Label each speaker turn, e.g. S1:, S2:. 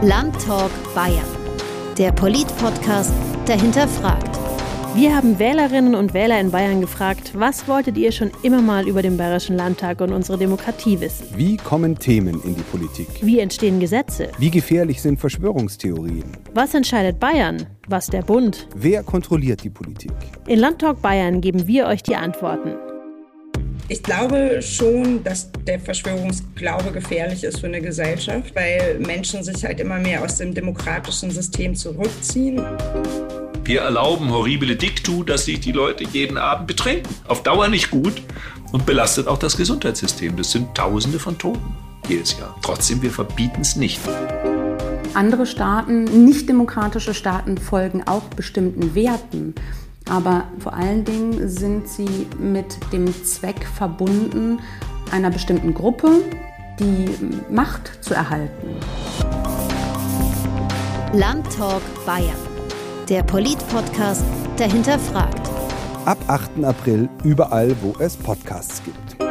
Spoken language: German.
S1: Landtalk Bayern, der Polit-Podcast, der hinterfragt.
S2: Wir haben Wählerinnen und Wähler in Bayern gefragt, was wolltet ihr schon immer mal über den Bayerischen Landtag und unsere Demokratie wissen?
S3: Wie kommen Themen in die Politik?
S2: Wie entstehen Gesetze?
S3: Wie gefährlich sind Verschwörungstheorien?
S2: Was entscheidet Bayern? Was der Bund?
S3: Wer kontrolliert die Politik?
S2: In Landtalk Bayern geben wir euch die Antworten.
S4: Ich glaube schon, dass der Verschwörungsglaube gefährlich ist für eine Gesellschaft, weil Menschen sich halt immer mehr aus dem demokratischen System zurückziehen.
S5: Wir erlauben horrible Diktu, dass sich die Leute jeden Abend betrinken. Auf Dauer nicht gut und belastet auch das Gesundheitssystem. Das sind Tausende von Toten jedes Jahr. Trotzdem, wir verbieten es nicht.
S6: Andere Staaten, nichtdemokratische Staaten folgen auch bestimmten Werten. Aber vor allen Dingen sind sie mit dem Zweck verbunden, einer bestimmten Gruppe die Macht zu erhalten.
S1: Landtalk Bayern, der Polit-Podcast, der hinterfragt.
S3: Ab 8. April überall, wo es Podcasts gibt.